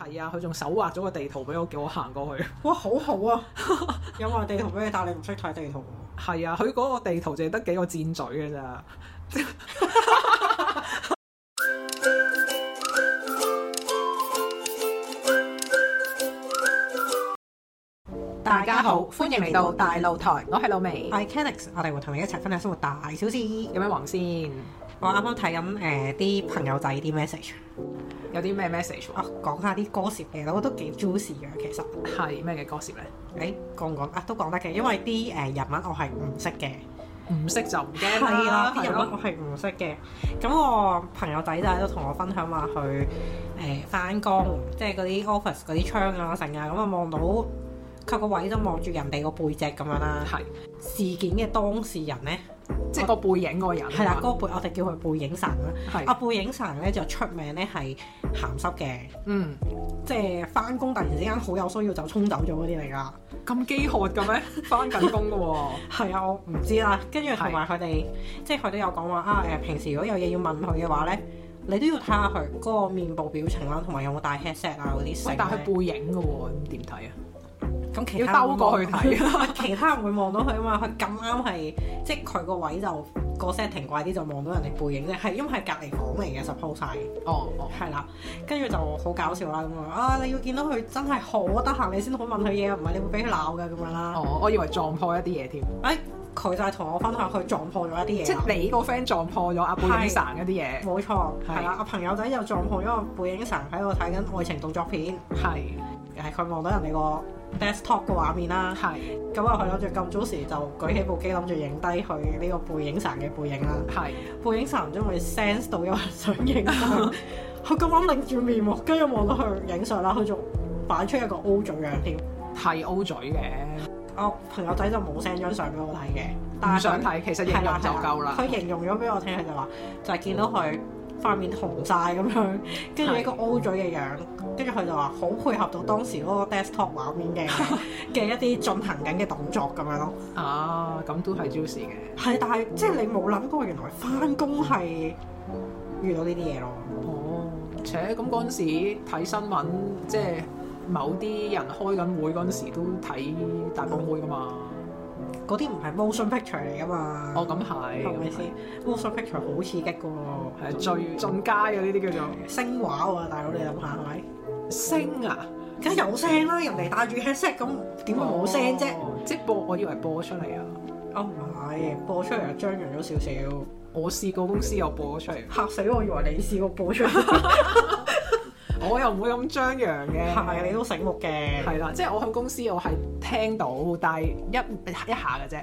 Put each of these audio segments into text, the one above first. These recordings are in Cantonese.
係啊，佢仲手畫咗個地圖俾我，叫我行過去。 哇，好好啊！ 有話地圖俾你，但係你唔識睇地圖喎。係啊，佢嗰個地圖淨係得幾個箭嘴嘅咋。大家好，歡迎嚟到大露台我係老味， Icanix，我哋會同你一齊分享生活大小事。有咩黃先？我啱啱睇緊誒啲朋友仔啲 message，有啲咩 message？啊講下啲歌詞嘅，我覺得幾 juicy 嘅其實。係咩嘅歌詞咧？誒講唔講啊？都講得嘅，因為啲誒、人物我係唔識嘅。唔識就唔驚係啊啦啦，，啲人物我係唔識嘅。咁我朋友仔就喺度同我分享話佢誒翻工，即係嗰啲 office 嗰啲窗啊成啊，咁啊望到佢個位都望住人哋個背脊咁樣啦。係事件嘅當事人咧，即係個背影嗰個人。啊係啦，啊嗰、個背我哋叫佢背影神啦。阿嗯係背影神咧就出名咧係鹹濕嘅，嗯即係翻工突然之間好有需要就衝走咗嗰啲嚟㗎。咁飢渴嘅咩？ 翻緊工嘅喎。係啊，我唔知啦。跟住同埋佢哋，即係佢都有講話啊誒、平時如果有嘢要問佢嘅話咧，你都要睇下佢嗰個面部表情啦，同埋有冇戴 headset 啊嗰啲喂成。但係佢背影嘅喎，咁點睇啊？咁其要他啊兜過去人會睇。望 其他人會望到佢啊嘛。佢咁啱係即係佢個位就個 setting 怪啲，就望到人哋背影啫。係因為係隔離房嚟嘅，suppose 係 哦哦，係啦。跟住就好搞笑啦咁啊！啊，你要見到佢真係好得閒，你先好問佢嘢，唔係你會俾佢鬧㗎咁樣啦。哦，我以為撞破一啲嘢添，誒、佢就係同我分享佢撞破咗一啲嘢即啦。係你個 friend 撞破咗阿貝影神嗰啲嘢，冇錯，係係啦，我朋友仔就撞破咗個背影神喺度睇緊愛情動作片，係係佢望到人哋個 desktop 個畫面啦。係咁啊，佢諗住咁早時就舉起部機諗住影低佢呢個背影神嘅背影啦。係，背影神將佢 sense 到有人想影相， 佢咁啱擰住面喎，跟住望到佢影相啦，佢仲擺出一個 O 嘴樣添。係 O 嘴嘅，我朋友仔就冇 send 張相俾我睇嘅，唔但係佢想睇，其實形容就夠啦係。佢形容咗俾我聽，佢就話就係見到佢塊面紅晒咁樣，跟住一個 O 嘴嘅樣，跟住佢就話好配合到當時嗰個 desktop 畫 面嘅嘅一啲進行緊嘅動作咁樣咯。啊，咁都係 juicy 嘅。係，但係即係你冇諗過，原來翻工係遇到呢啲嘢咯。哦，且咁嗰陣時睇新聞，即係某啲人開緊會嗰陣時都睇大公會噶嘛。嗯嗰啲唔係 motion picture 嚟噶嘛，哦，咁係，係咪咁先？motion picture 好刺激噶喎，係係最進階嘅呢啲叫做聲畫喎，大佬你諗下係咪？聲啊，梗係有聲啦，人哋戴住 headset 咁點會冇聲啫？哦？即係播，我以為播出嚟啊。哦，唔係，播出嚟又張揚咗少少，我試過公司又播咗出嚟，嚇死我！以為你試過播 出嚟，我又唔會咁張揚嘅。係你都醒目嘅，係啦，即係我喺公司我係聽到，但係一一下嘅啫，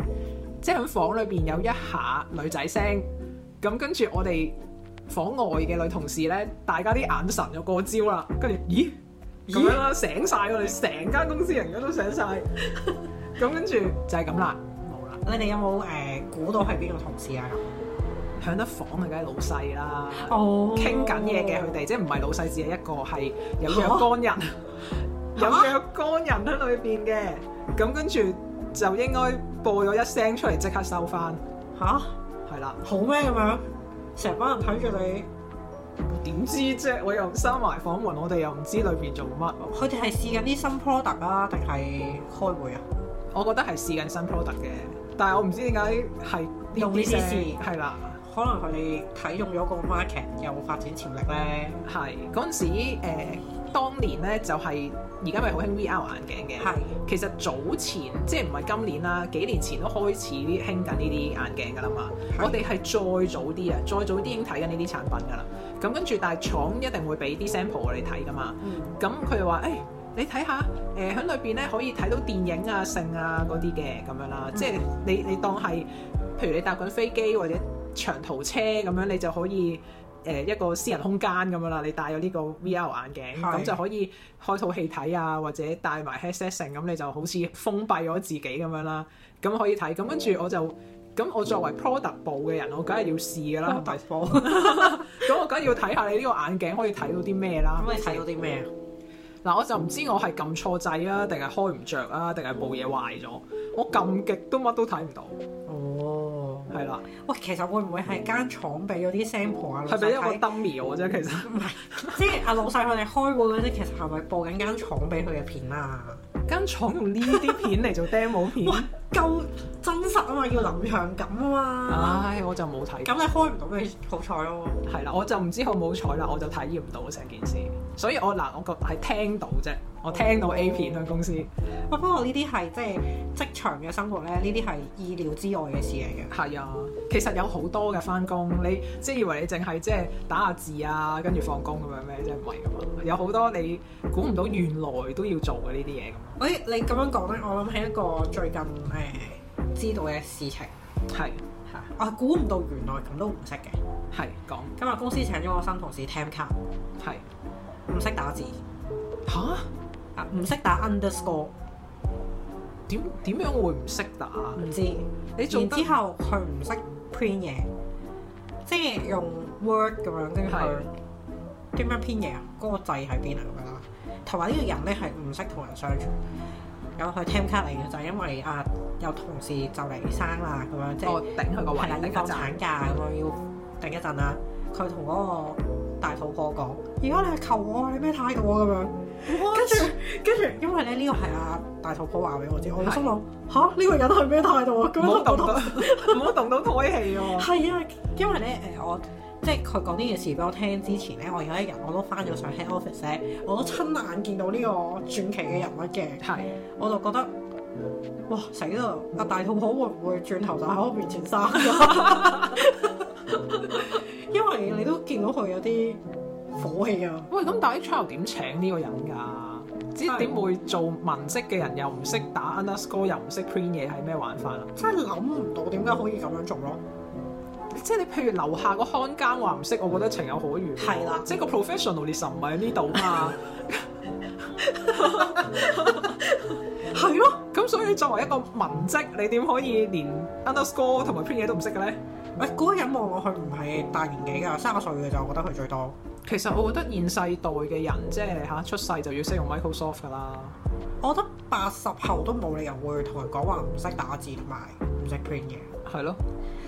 即係喺房裏邊有一下女仔聲，咁跟住我哋房外嘅女同事咧，大家啲眼神就過焦啦，跟住咦咦咁樣啦，醒晒我哋成間公司人家都醒晒，咁跟住就係咁啦，冇啦，你哋有冇誒估到係邊個同事啊？響得房啊嘅梗係老細啦。哦傾緊嘢嘅佢哋，即係唔係老細只係一個係有嚇若干人，有嚇若干人喺裏邊嘅，咁跟住就應該播咗一聲出嚟，即刻收翻，吓？係啦。好咩咁樣？成班人睇住你，點知啫？我又閂埋房門，我哋又唔知裏邊做乜喎。佢哋係試緊啲新 product 啊，定係開會啊？我覺得係試緊新 product 嘅，但係我唔知點解係用呢啲聲試係啦。可能佢哋睇中咗個 market 有發展潛力咧。係嗰陣時，誒、當年咧就係而家咪好興 VR 眼鏡嘅，係其實早前即係唔係今年啦，幾年前都開始興緊呢啲眼鏡㗎啦嘛。係我哋係再早啲啊，再早啲已經睇緊呢啲產品㗎啦。咁跟住，但係廠一定會俾啲 sample 我哋睇㗎嘛。嗯咁佢就話：誒、哎你睇下，誒喺裏邊咧可以睇到電影啊、性啊嗰啲嘅咁樣嗯啦。即係你你當係，譬如你搭緊飛機或者長途車咁樣，你就可以。誒、一個私人空間咁樣啦，你戴咗呢個 VR 眼鏡，係咁就可以開套氣體啊，或者戴埋 headset 成咁，你就好似封閉咗自己咁樣啦，咁可以睇。哦咁跟住我就，咁我作為 product 部嘅人，我梗係要試㗎啦，係咪特 貨。咁我梗係要睇下你呢個眼鏡可以睇到啲咩啦。咁你睇到啲咩啊？嗱，我就唔知我係撳錯掣啊，定係開唔着啊，定係部嘢壞咗。我撳極都乜都睇唔到，哦，係啦，喂，其實會唔會係間廠俾咗啲 sample 啊？老嗯係俾一細個睇 dummy 我啫，其實 即係阿老細佢哋開會嗰啲，其實係咪播緊間廠俾佢嘅片啊？間廠用呢啲片嚟做 demo 片，夠真實啊嘛，要臨場感啊嘛。唉，我就冇睇咁、你開唔到咪好彩咯。係啦，我就唔知好冇彩啦，我就體驗唔到成件事，所以我嗱，我覺得係聽到啫，我聽到 A 片喺公司喂，不過呢啲係即係職場嘅生活咧，呢啲係意料之外嘅事嚟嘅。係啊，其實有好多嘅翻工，你即係以為你淨係即係打下字啊，跟住放工咁樣咩，即係唔係噶嘛？有好多你估唔到原來都要做嘅呢啲嘢咁咯，喂，你咁樣講咧，我諗係一個最近誒、知道嘅事情係嚇。我估唔到原來咁都唔識嘅。係講今日公司請咗個新同事 Tam 卡，係唔識打字吓？啊，唔識打 underscore，點點樣會唔識打？啊唔知。你做嗯然得之後佢唔識 print 嘢，即係用 Word 咁樣，跟住佢點樣編嘢啊？嗰、個掣喺邊啊？咁樣啦。同埋呢個人咧係唔識同人相處，有佢 t a m 卡嚟嘅就係因為啊有同事就嚟生啦，咁樣即我係哦頂佢個位係啦頂要一放陣， 產假咁樣要定一陣啦。佢同嗰個大肚婆講：而家你係求我啊，你咩態度啊？咁樣。跟住跟住，因為咧呢個係阿大肚婆話俾我知，我心諗吓呢個人係咩態度啊？咁唔樣好同動我到唔好 動到胎氣 喎。係啊，因為咧誒、我即係佢講呢件事俾我聽之前咧，我有一日我都翻咗上 head office 咧，我都親眼見到呢個傳奇嘅人物嘅，係我就覺得哇死啦！阿大肚婆會唔會轉頭就喺我面前生㗎？ 因為你都見到佢有啲火氣啊！喂，咁但係 HR 點請呢個人㗎？即係點會做文職嘅人又唔識打 underscore 又唔識 print 嘢係咩玩法啊？真係諗唔到點解可以咁樣做咯，即係你譬如樓下個看更話唔識，我覺得情有可原喎。係啦即係個 professionalism 唔係喺呢度 嘛。係咯，咁所以作為一個文職，你點可以連 underscore 同埋 print 嘢都唔識嘅咧？喂嗰個人望落去唔係大年紀㗎，三十歲嘅就我覺得佢最多。其實我覺得現世代嘅人，即係嚇出世就要識用 Microsoft 㗎啦。我覺得八十後都冇理由會同人講話唔識打字同埋唔識 print 嘢，係咯，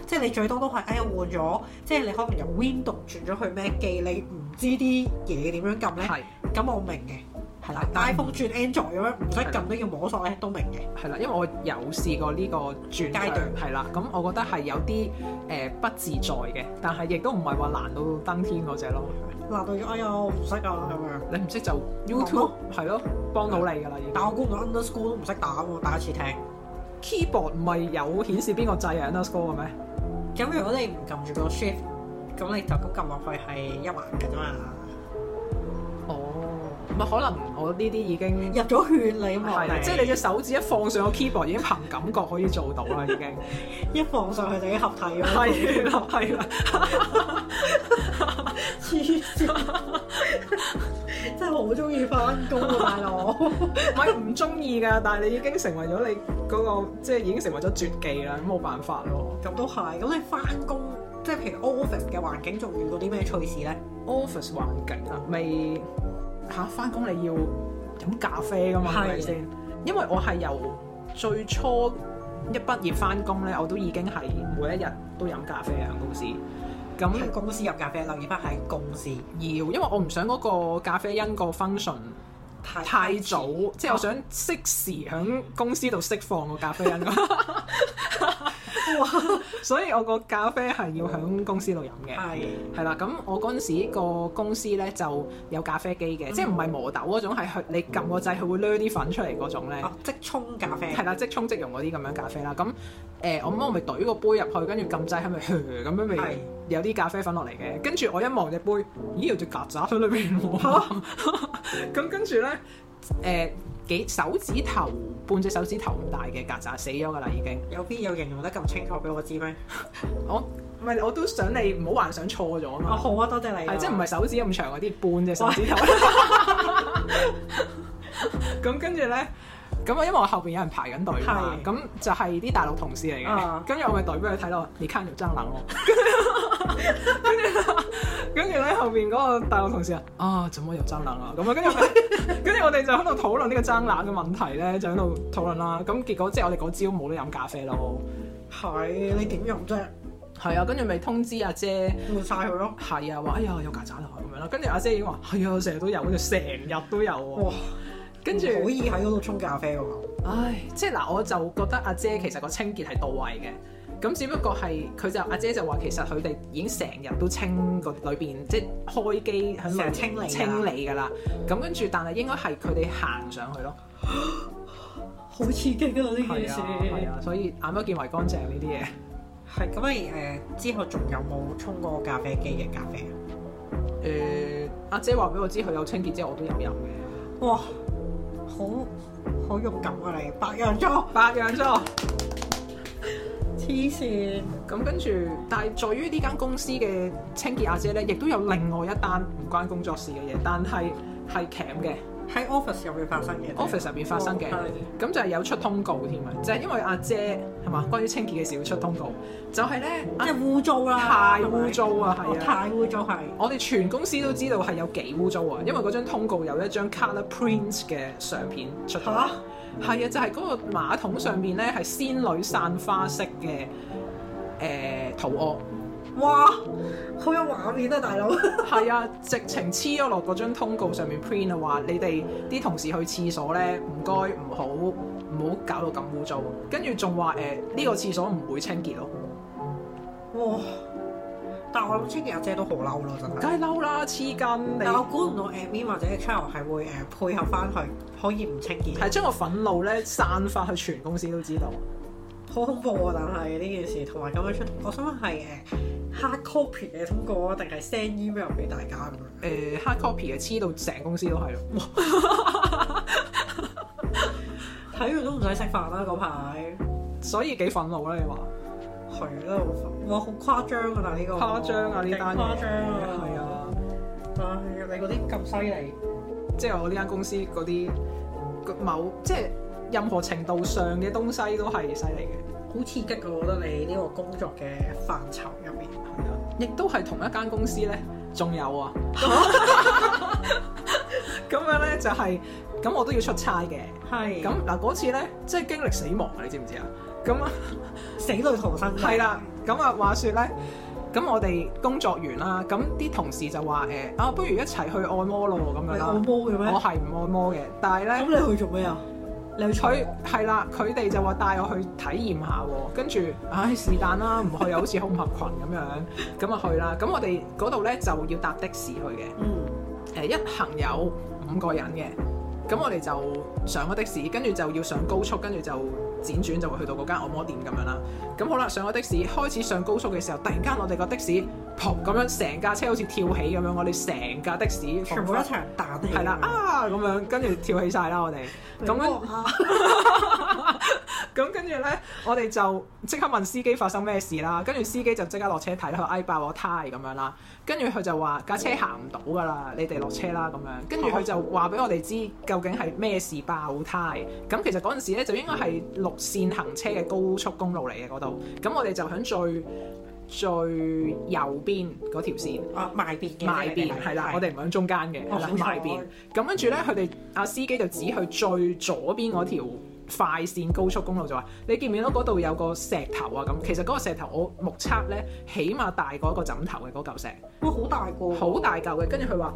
即係你最多都係哎呀換咗，即係你可能由 Windows 轉咗去 Mac 機，你唔知啲嘢點樣撳咧，係咁我明嘅。係啦但係，iPhone 轉 Android 咁樣唔使撳都要摸索咧，都明嘅。係啦，因為我有試過呢個轉階段向係啦，咁我覺得係有啲誒、呃不自在嘅，但係亦都唔係話難到登天嗰只咯。嗱到要哎呀我唔識啊咁樣，你唔識就忙咯 YouTube 係咯，幫到你㗎啦已經。但我估唔到 underscore 都唔識打喎，打一次聽。 keyboard 唔係有顯示邊個掣係 underscore 嘅咩？咁如果你唔撳住個 shift，咁你就咁撳落去係一環嘅啫嘛，哦，唔係可能我呢啲已經入咗血你嘛係，啦，即係你隻手指一放上個 keyboard 已經憑感覺可以做到啦，已 經一放上去就已經合體咗。係啦係啦，黐線，真係好中意翻工啊，大佬！唔係唔中意㗎，但係你已經成為咗你嗰、個即係已經成為咗絕技啦，咁冇辦法咯。咁都係，咁你翻工即係譬如 office 嘅環境，仲遇過啲咩趣事咧？ office 環境啊，未嚇翻工你要飲咖啡噶嘛，係咪係先？因為我係由最初一畢業翻工咧，我都已經係每一日都飲咖啡喺公司。咁喺公司入咖啡，留意翻喺公司要，因為我唔想嗰個咖啡因個 function 太太早，即係我想適時喺公司度釋放個咖啡因。 所以我個咖啡係要喺公司度飲嘅。係係啦，咁我嗰陣時個公司咧就有咖啡機嘅，即係唔係磨豆嗰種，係佢你撳個掣，佢會掠啲粉出嚟嗰種咧。啊，即沖咖啡係啦，即沖即溶嗰啲咁樣咖啡啦。咁誒、我咁我咪懟個杯入去，跟住撳掣，係咪 咁樣係咪有啲咖啡粉落嚟嘅？跟住我一望隻杯，咦有隻曱甴喺裏邊喎嚇！ 咁跟住咧誒幾手指頭半隻手指頭咁大嘅曱甴死咗㗎啦已經。有必要形容得咁清楚俾我知咩？我唔係我都想你唔好幻想錯咗啊嘛啊。好啊，多謝你啊。係即係唔係手指咁長嗰啲，半隻手指頭。 咁跟住咧，咁啊，因為我後邊有人排緊隊嘛，係咁就係啲大陸同事嚟啊嘅。跟住我咪隊俾佢睇咯，你看住爭冷喎。 跟住，跟住咧後邊嗰個大陸同事啊，啊，怎麼又爭冷啊？咁啊，跟住我 哋跟住我哋就喺度討論呢個爭冷嘅問題咧，就喺度討論啦。咁結果即係我哋嗰朝冇得飲咖啡咯。係你點用啫？係啊，跟住咪通知阿姐，換晒佢咯。係啊，話哎呀有曱甴啊咁樣啦，跟住阿姐已經話係啊，成日都有，跟住成日都有喎，哇！跟住唔可以喺嗰度沖咖啡㗎嘛？唉，即係嗱，我就覺得阿姐其實個清潔係到位嘅。咁只不過係佢就阿姐就話，其實佢哋已經成日都清個裏邊，即係開機喺裏成日面清理㗎啊清理㗎啦。咁跟住，但係應該係佢哋行上去咯。好刺激啊！呢件係事啊，係啊，所以眼不見為乾淨呢啲嘢。係咁你誒之後仲有冇沖過咖啡機嘅咖啡啊？誒、阿姐話俾我知佢有清潔之後，我都有飲嘅。哇！好好勇敢啊你，白羊座白羊座。黐線，咁跟住，但係在於呢間公司嘅清潔阿姐咧，亦都有另外一單唔關工作事嘅嘢，但係係鉗嘅。喺 office 入面發生嘅 office 入邊發生嘅，哦咁就係有出通告添啊！就係因為阿姐係嘛，關於清潔嘅事要出通告，就係咧，即啊係污糟啦，太係咪污糟啊，哦係啊！太污糟係我哋全公司都知道係有幾污糟啊，因為嗰張通告有一張 colour print 嘅相片出咗嚟，嚇係啊，就係嗰個馬桶上面咧係仙女散花式嘅誒圖案，哇！好有畫面啊，大佬！ 係啊，直情黐咗落嗰張通告上面 print 啊，話你哋啲同事去廁所咧，唔該唔好唔好搞到咁污糟，跟住仲話誒呢個廁所唔會清潔咯，哇！但我諗清潔阿姐都好嬲咯，真係。梗係嬲啦，黐筋但我你估唔到 admin 或者 HR 係會誒呃配合翻佢，可以唔清係潔，將個憤怒咧散發去全公司都知道，好恐怖啊！但係呢件事同埋咁樣出，我想問係誒 hard copy 嘅通告啊，定係 send email 俾大家咁誒、樣？hard copy 嘅黐到成公司都係咯，哇睇完都唔使食飯啦，嗰排所以幾憤怒啦你話係啦，哇好誇張啊！但係呢個誇張啊呢單嘢，勁誇張啊，係啊，唉，你嗰啲咁犀利，即係我呢間公司嗰啲個某即係任何程度上嘅東西都係犀利嘅。好刺激啊！我覺得你呢個工作嘅範疇入面。亦都係同一間公司咧，仲有啊， 咁樣咧就係、咁我都要出差嘅。係咁咁嗱嗰次咧，即係經歷死亡啊，你知唔知啊？咁啊死裏逃生係啦，咁啊話說咧，咁我哋工作完啦，咁啲同事就話誒、啊，不如一齊去按摩咯咁樣你按啦。摩嘅咩我？係唔按摩嘅，但係咧。咁你去做咩啊？你去佢係啦，佢哋就話帶我去體驗下喎，啊跟住唉是但啦，唔去又好似好唔合群咁樣，咁啊去啦。咁我哋嗰度咧就要搭的士去嘅，嗯。誒、一行有五個人嘅，咁我哋就上咗的士，跟住就要上高速，跟住就輾轉就會去到嗰間按摩店咁樣啦。咁好啦，上咗的士，開始上高速嘅時候，突然間我哋個的士噗咁樣成架車好似跳起咁樣，我哋成架的士全部一齊彈起。係啦啊咁樣，跟住跳起晒啦我哋，咁樣。樣咁跟住咧，我哋就即刻問司機發生咩事啦。跟住司機就即刻落車睇，佢嗌爆我胎咁樣啦。跟住佢就話架車行唔到㗎啦，你哋落車啦咁樣。跟住佢就話俾我哋知究竟係咩事爆胎。咁其實嗰陣時咧就應該係綠線行車嘅高速公路嚟嘅嗰度。咁我哋就喺最最右邊嗰條線。啊埋邊 嘅埋邊係啦，我哋唔喺中間嘅，哦係啦好彩埋邊。咁跟住咧，佢哋阿司機就指去最左邊嗰條快線高速公路就話：你見唔見到嗰度有個石頭啊？咁其實嗰個石頭我目測咧，起碼大過一個枕頭嘅嗰嚿石，哇好大個，好大嚿嘅。跟住佢話。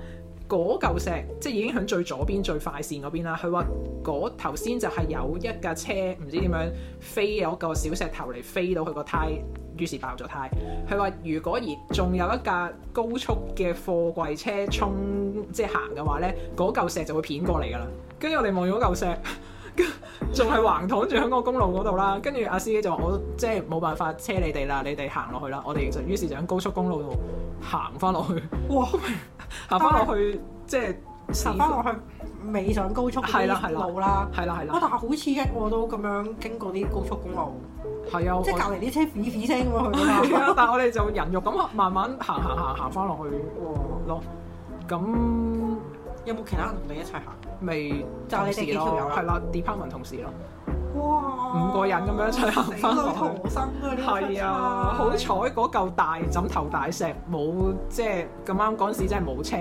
嗰嚿石即係已經喺最左邊最快線嗰邊啦。佢話嗰頭先就係有一架車唔知點樣飛有個小石頭嚟飛到佢個胎，於是爆咗胎。佢話如果而仲有一架高速嘅貨櫃車衝即係行嘅話咧，嗰嚿石就會片過嚟㗎啦。跟住我哋望住嗰嚿石。 仲係橫躺住喺個公路嗰度啦，跟住阿司機就話：我即係冇辦法車你哋啦，你哋行落去啦。我哋就於是就喺高速公路度行翻落去。哇！行翻落去，即係哦行翻落哦去未上高速係啦嗰係啦啲路啦。係啦係哇！啦，但係好刺激喎，都咁樣經過啲高速公路，係啊，即係我隔離啲車ฝีฝี聲咁樣去㗎係嘛。啊， 但係我哋就人肉咁啊慢慢行行行行翻落去哇咯。咁有冇其他人同你一齊行？咪就係同你哋事幾條友咯，啦係啦，department 同事咯，哇五個人咁樣一齊行返落去死裏逃生啊！呢個真係啊，好彩嗰嚿大枕頭大石冇，即係咁啱嗰陣時真係冇車，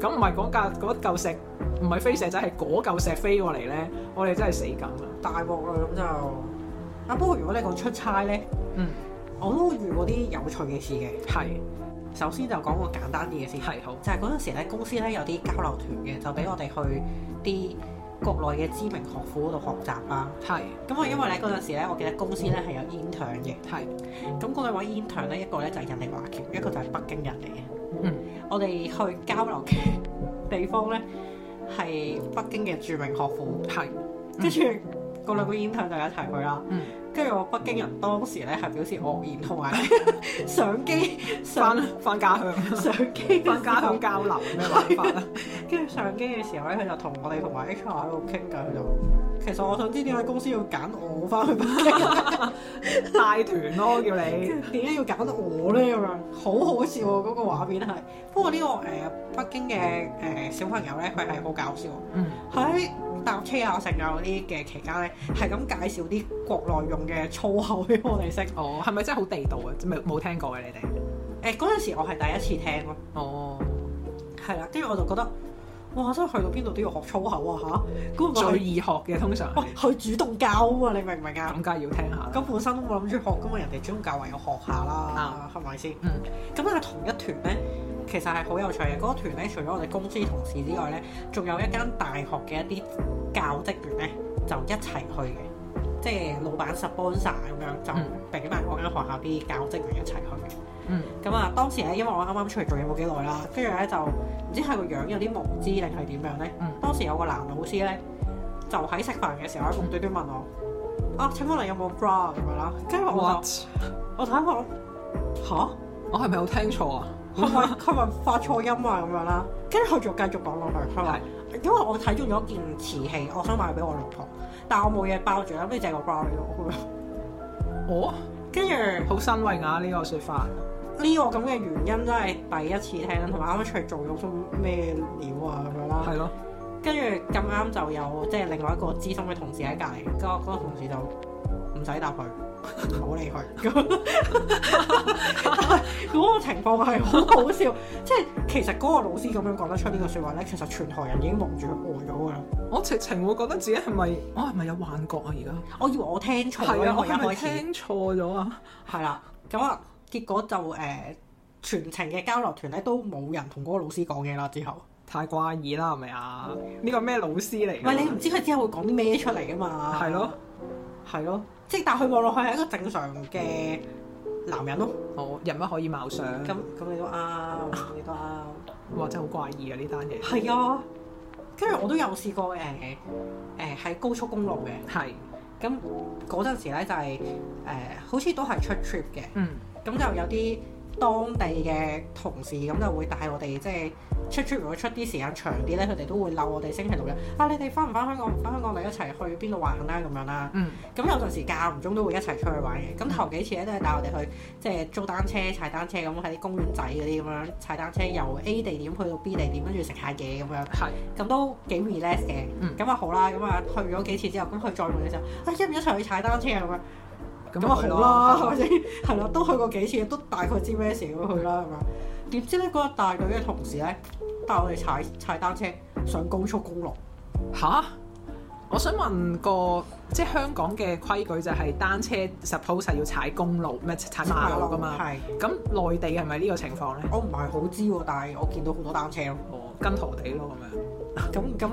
咁唔係嗰架嗰嚿石唔係飛石仔，係嗰嚿石飛過嚟咧，我哋真係死緊啦。大鑊啦咁就。啊，不過如果你講出差咧，嗯，我都遇過啲有趣嘅事嘅。係首先就講個簡單啲嘅先，係好，就係嗰陣時咧，公司咧有啲交流團嘅，就俾我哋去啲國內嘅知名學府嗰度學習啦。係咁我因為咧嗰陣時咧，我記得公司咧係有 intern 嘅，係咁嗰兩位 intern 咧，一個咧就係印尼華僑，一個就係北京人嚟嘅。嗯，我哋去交流嘅地方咧係北京嘅著名學府，係嗯跟住嗰兩個 intern 就一齊去啦。嗯，跟住我北京人當時咧係表示愕 然同埋相機上翻翻家鄉，相機嘅翻家時候鄉交流咩玩法啊啦？跟住上機嘅時候咧，佢就同我哋同埋 HR 喺度傾偈，佢就其實我想知點解公司要揀我翻去北京，帶團咯，叫你跟住點解要揀我咧咁樣，好好笑喎、嗰、個畫面係。不過呢、個誒、北京嘅誒、小朋友咧，佢係好搞笑喎， 嗯佢喺搭車啊、成啊嗰啲嘅期間咧，係咁介紹啲國內用嘅粗口俾我哋識。哦，係咪真係好地道啊？冇冇聽過嘅你哋？誒嗰陣時我係第一次聽咯，哦，係啦，跟住我就覺得。哇！真係去到邊度都要學粗口啊嚇，估唔到哦最佢易學嘅通常哇係佢主動教啊嘛，你明唔明哦啊？咁，梗係要聽下咁啦。本身都冇諗住學噶嘛，人哋主動教唯有學下啦，係咪先？咁嗯但係同一團咧，其實係好有趣嘅。嗰、個團咧，除咗我哋公司同事之外咧，仲有一間大學嘅一啲教職員咧，就一齊去嘅，即係老闆 sponsor 咁樣，就嗯俾埋我間學校啲教職員一齊去嗯嘅。咁啊，當時咧，因為我啱啱出嚟做嘢冇幾耐啦，跟住咧就唔知係個樣有啲無知定係點樣咧。嗯當時有個男老師咧，就喺食飯嘅時候咧無端端問我。啊！請問你有冇 bra 咁樣啦？跟住我就，what？我睇下嚇，我係咪有聽錯啊？佢咪佢咪發錯音啊咁樣啦，跟住佢仲繼續講落去，佢話係因為我睇中咗件瓷器，我想買俾我老婆，但我冇嘢包住，咁你借個包俾我咁樣。哦，跟住好新穎啊！呢個説法，呢個咁嘅原因真係第一次聽，同埋啱啱出嚟做咗封咩料啊咁樣啦。係咯，跟住咁啱就有即係另外一個資深嘅同事喺隔離，嗰、嗰個同事就唔使答佢，唔好理佢。咁嗰個情況係好好笑，即係其實嗰個老師咁樣講得出呢個説話咧，其實全台人已經望住佢呆咗㗎啦。我直情會覺得自己係咪我係咪有幻覺啊？而家我以為我聽錯係啦，啊，我我一係咪開始聽錯咗啊？係啦，咁啊，結果就誒、呃全程嘅交流團咧都冇人同嗰個老師講嘢啦。之後，太怪異啦，係咪啊？呢個咩老師嚟㗎？喂，你唔知佢之後會講啲咩出嚟㗎嘛？係咯。係咯，即係但係佢望落去係一個正常嘅男人咯。哦，人物可以貌相，咁咁你都啱，你都啱。哇！真係好怪異啊！呢單嘢係啊，跟住我都有試過誒誒喺高速公路嘅。係咁嗰陣時咧就係、呃好似都係出 trip 嘅。嗯咁就有啲當地嘅同事咁就會帶我哋即係出 trip，如果出啲時間長啲咧，佢哋都會嬲我哋星期六日啊，你哋翻唔翻香港？唔翻香港，我哋一齊去邊度玩啊啦咁樣啦。嗯咁有陣時間唔中都會一齊出去玩嘅。咁頭幾次咧都係帶我哋去即係租單車、踩單車咁喺啲公園仔嗰啲咁樣踩單車，由 A 地點去到 B 地點，跟住食下嘢咁樣，係咁都幾 relax 嘅嗯。咁啊、好啦，咁啊去咗幾次之後，咁佢再問嘅時候，啊一唔一齊去踩單車啊咁樣？咁啊好啦，係咪先？ 係啦，都去過幾次，都大概知咩事咁去啦，係嘛？點知咧嗰個大隊嘅同事咧帶我哋踩踩單車上高速公路，吓？我想問個即係香港嘅規矩就係單車 suppose 係要踩公路，唔係踩馬路㗎嘛？係，咁內地係咪呢個情況咧？我唔係好知喎，但係我見到好多單車咯。哦，跟徒弟咯咁咁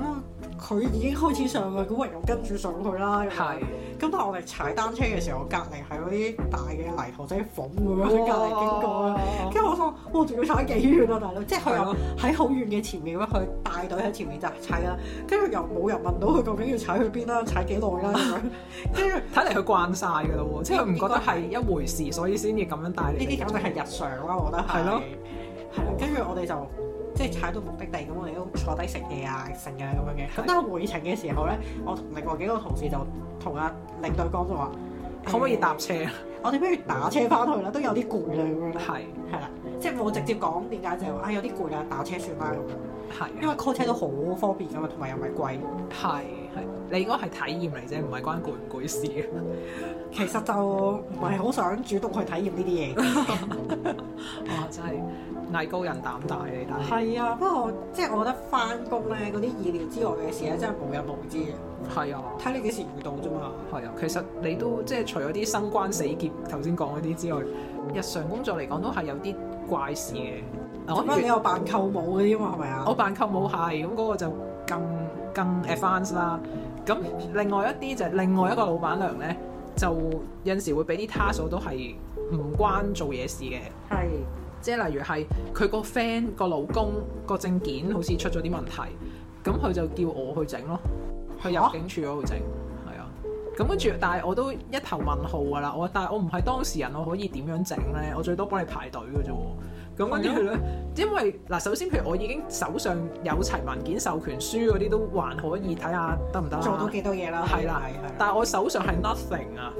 佢已經開始上去，咁唯有跟住上去啦。咁樣，咁樣係咁但係我哋踩單車嘅時候，隔離係嗰啲大嘅泥頭仔縫咁樣喺隔離經過啦。啦，跟住我心諗，哇！仲要踩幾遠啊，大佬！即係佢係又咯喺好遠嘅前面咁樣，佢帶隊喺前面就踩啦。跟住又冇人問到佢究竟要踩去邊啦，踩幾耐啦 咁樣。跟住呢睇嚟佢慣晒㗎啦喎，即係佢唔覺得係一回事，所以先至咁樣帶你。啲簡直係日常啦，我覺得係。係咯，係啦。跟住我哋就即係踩到目的地咁，我哋都坐低食嘢啊、剩啊咁樣嘅。咁但係回程嘅時候咧，我同另外幾個同事就同阿領隊講就話：可唔可以誒搭車？我哋不如打車翻去啦，都有啲攰啦咁樣。係係啦，即係冇直接講點解，就係話啊有啲攰啦，打車算啦咁樣。係因為 call 車都好方便噶嘛，同埋又唔係貴。係係，你應該係體驗嚟啫，唔係關攰唔攰事嘅。其實就唔係好想主動去體驗呢啲嘢。哇！真係藝高人膽大你但係係啊，不過即係我覺得翻工咧嗰啲意料之外嘅事咧，真係無日無之嘅，係啊。睇你幾時遇到啫嘛。係啊，其實你都即係除咗啲生關死劫頭先講嗰啲之外，日常工作嚟講都係有啲怪事嘅。嗱不過你我有扮舅母嗰啲嘛，係咪啊？我扮舅母係咁嗰個就更更 advance 啦。咁另外一啲就係另外一個老闆娘咧，就有陣時會俾啲 task 都係唔關做嘢事嘅，係即係例如係佢個 friend 個老公個證件好似出咗啲問題，咁佢就叫我去整咯，去入境處嗰度整，係啊。咁跟住，但係我都一頭問號㗎啦。我但係我唔係當事人，我可以點樣整呢？我最多幫你排隊嘅啫喎。咁跟住咧，因為嗱，首先譬如我已經手上有齊文件授權書嗰啲都還可以睇下得唔得啦做到幾多嘢啦？係啦係係。但係我手上係 nothing 啊。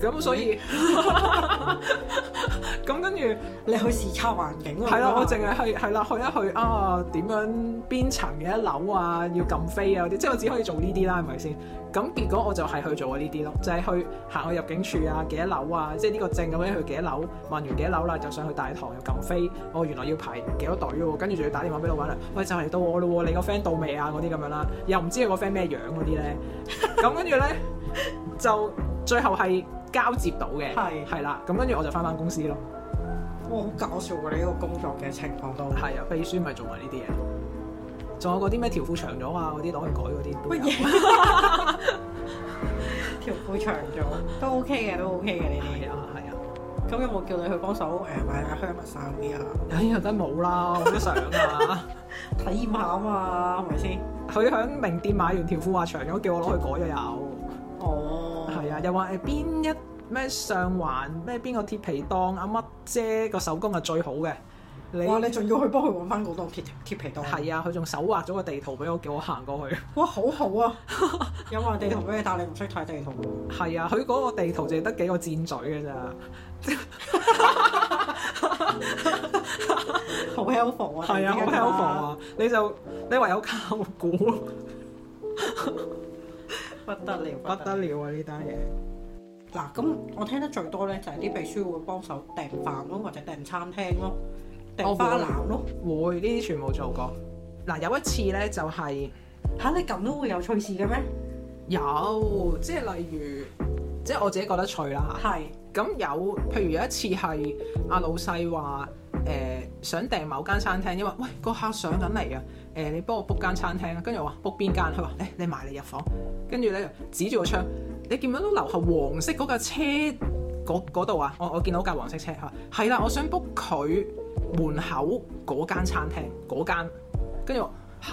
咁所以 咁跟住。你去視察環境啊係啦，我淨係係係啦，去一去啊，點樣邊層嘅一樓啊，要撳飛啊嗰啲，即係我只可以做呢啲啦，係咪先？咁結果我就係去做呢啲咯，就係、去行去入境處啊，幾多樓啊，即係呢個證咁樣去幾多樓，問完幾多樓啦，就上去大堂又撳飛，哦原來要排幾多隊喎，跟住仲要打電話俾老闆啦，喂就嚟到我咯喎，你個 friend 到未啊嗰啲咁樣啦，又唔知佢個 friend 咩樣嗰啲咧，咁跟住咧就最後係交接到嘅，係係啦，咁跟住我就翻返公司咯，哇，好搞笑喎！你呢個工作嘅情況都係啊，秘書咪做埋呢啲嘢咯。仲有嗰啲咩條褲長咗啊，嗰啲攞去改嗰啲都乜有。嘢？ 條褲長咗都 OK 嘅，都 OK 嘅係啊呢係啊，啲。咁有冇叫你去幫手誒買下香蜜衫嗰啲啊？哎呀梗係冇啦，我都想啊。 體驗下啊嘛，係咪先？佢喺名店買完條褲話長咗，叫我攞去改又有。哦，係啊，又話誒邊一咩上環咩邊個鐵皮檔阿乜姐個手工係最好嘅。你哇！你仲要去幫佢揾翻嗰檔鐵鐵皮檔？係啊，佢仲手畫咗個地圖俾我，叫我行過去。 哇，好好 啊！有話地圖俾你，但你唔識睇地圖喎。係啊，佢嗰個地圖淨係得幾個箭嘴嘅咋。好 helpful 啊！係啊，好 helpful！啊！你就你唯有靠估。不得了，不得。了啊！呢單嘢嗱，咁我聽得最多咧就係啲秘書會幫手訂飯咯，或者訂餐廳咯，訂花籃咯。會呢啲全部做過。嗱，有一次咧就係、吓，你咁都會有趣事嘅咩？有，即係例如，即係我自己覺得趣啦。係咁有，譬如有一次係阿老細話誒、想訂某間餐廳，因為喂個客上緊嚟啊，誒、你幫我 book 間餐廳啊，跟住我話 book 邊間，佢話誒你埋嚟入房，跟住咧指住個窗，你見唔見到樓下黃色嗰架車嗰嗰度啊？我我見到架黃色車，佢話係啦，我想 book 佢門口嗰間餐廳嗰間，跟住我吓，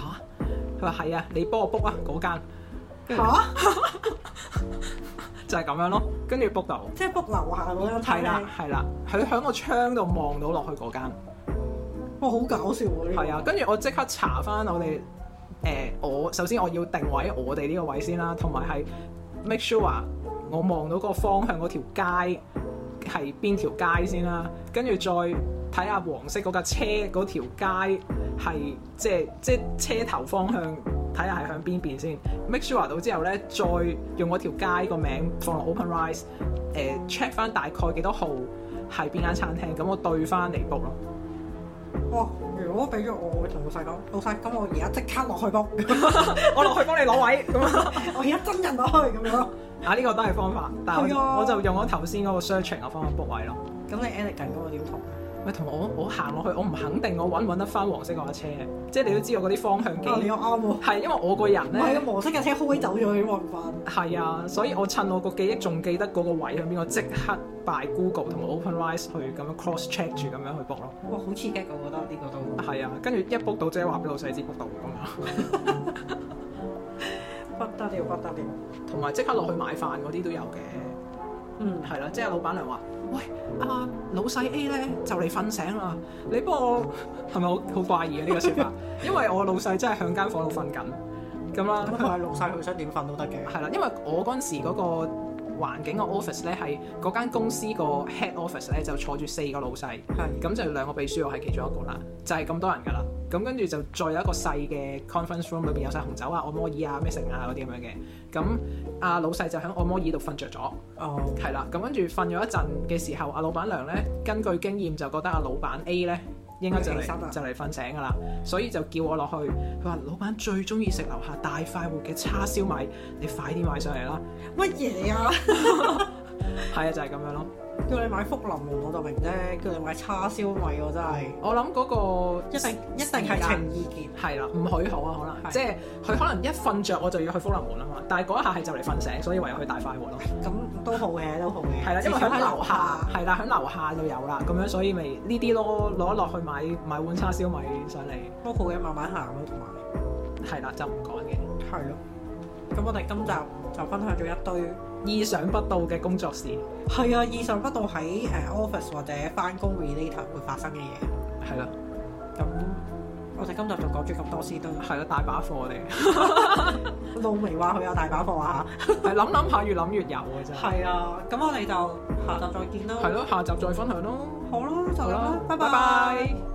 佢話係啊，你幫我 book 啊嗰間，跟住吓，就係咁樣咯，跟住 book 到。即係 book 樓下嗰間係餐啦廳。，係啦，佢喺個窗度望到落去嗰間，哇，好搞笑喎！呢個係啊，，跟住我即刻查翻我哋誒、我首先我要定位我哋呢個位先啦，同埋係 make sure 我望到個方向嗰條街係邊條街先啦，跟住再睇下黃色嗰架車嗰條街係即係即係車頭方向。睇下係向邊邊先，make sure 到之後咧，再用嗰條街個名放落 OpenRice，誒 check 翻大概幾多號係邊間餐廳，咁我對翻嚟 book 咯。哇！如果俾咗我，我會同老細講，老細，咁我而家即刻落去 book，我落去幫你攞位咁樣我而家真人落去咁樣咯。啊，呢個都係方法，但係係我啊我就用咗頭先嗰個 searching 嘅方法 book 位咯。咁你 Eric 緊咁我點同啊？咪同我我行落去，我唔肯定我揾唔揾得翻黃色嗰架車，即係你都知道嗰啲方向啊，你幾又啱喎。係因為我個人唔係啊，咧模式嘅車開走咗，你冇辦法。係啊，所以我趁我個記憶仲記得嗰個位喺邊，我即刻 by Google 同埋 OpenRice 去咁樣 cross check 住咁樣去 book 咯。哇，好刺激我覺得呢個都。係啊，跟住一 book 到即係話俾老細知 book 到咁樣，不得了，不得了。同埋即刻落去買飯嗰啲都有嘅。嗯，係啦，即係老闆娘話：，喂，啊老細 A 咧就嚟瞓醒啦，你幫我係咪好好怪異啊？呢、個説法，因為我老細真係向間房度瞓緊，咁咁啦，佢係老細，佢想點瞓都得嘅。係啦，因為我嗰陣時嗰個環境個 office 咧係嗰間公司個 head office 咧就坐住四個老細，係咁就兩個秘書我係其中一個啦，就係、咁多人㗎啦。咁跟住就再有一個細嘅 conference room 裏邊有晒紅酒啊、按摩椅啊、咩成啊嗰啲咁樣嘅。咁阿老細就喺按摩椅度瞓着咗，哦，係啦。咁跟住瞓咗一陣嘅時候，阿老闆娘咧根據經驗就覺得阿老闆 A 咧。應該就要起身啦嚟就嚟瞓醒㗎啦，所以就叫我落去。佢話：老闆最中意食樓下大快活嘅叉燒米，你快啲買上嚟啦！乜嘢啊？係啊，就係、咁樣咯。叫你買福臨門我就明啫，叫你買叉燒米我真係我諗嗰、個一定一定係情意結。係啦，唔許可啊，可能係即係佢可能一瞓着我就要去福臨門啊嘛，但係嗰一下係就嚟瞓醒，所以唯有去大快活 咯。咁都好嘅，都好嘅。係啦，因為至少喺樓下，係啦，喺樓下就有啦，咁樣所以咪呢啲咯，攞落去買買碗叉燒米上嚟，都好嘅，慢慢行咯，同埋係啦，就唔講嘅。係咯。咁我哋今集就分享咗一堆。意想不到嘅工作事係啊，意想不到喺誒 office 或者翻工 relate 會發生嘅嘢。係啦，咁我哋今集就講住咁多先啦。係啦，大把貨我哋 露眉話佢有大把貨啊係諗諗下，越諗越有嘅真嚇。係。係啊，咁我哋就下集再見啦。係咯，下集再分享咯。好啦，就咁好啦啦，拜拜。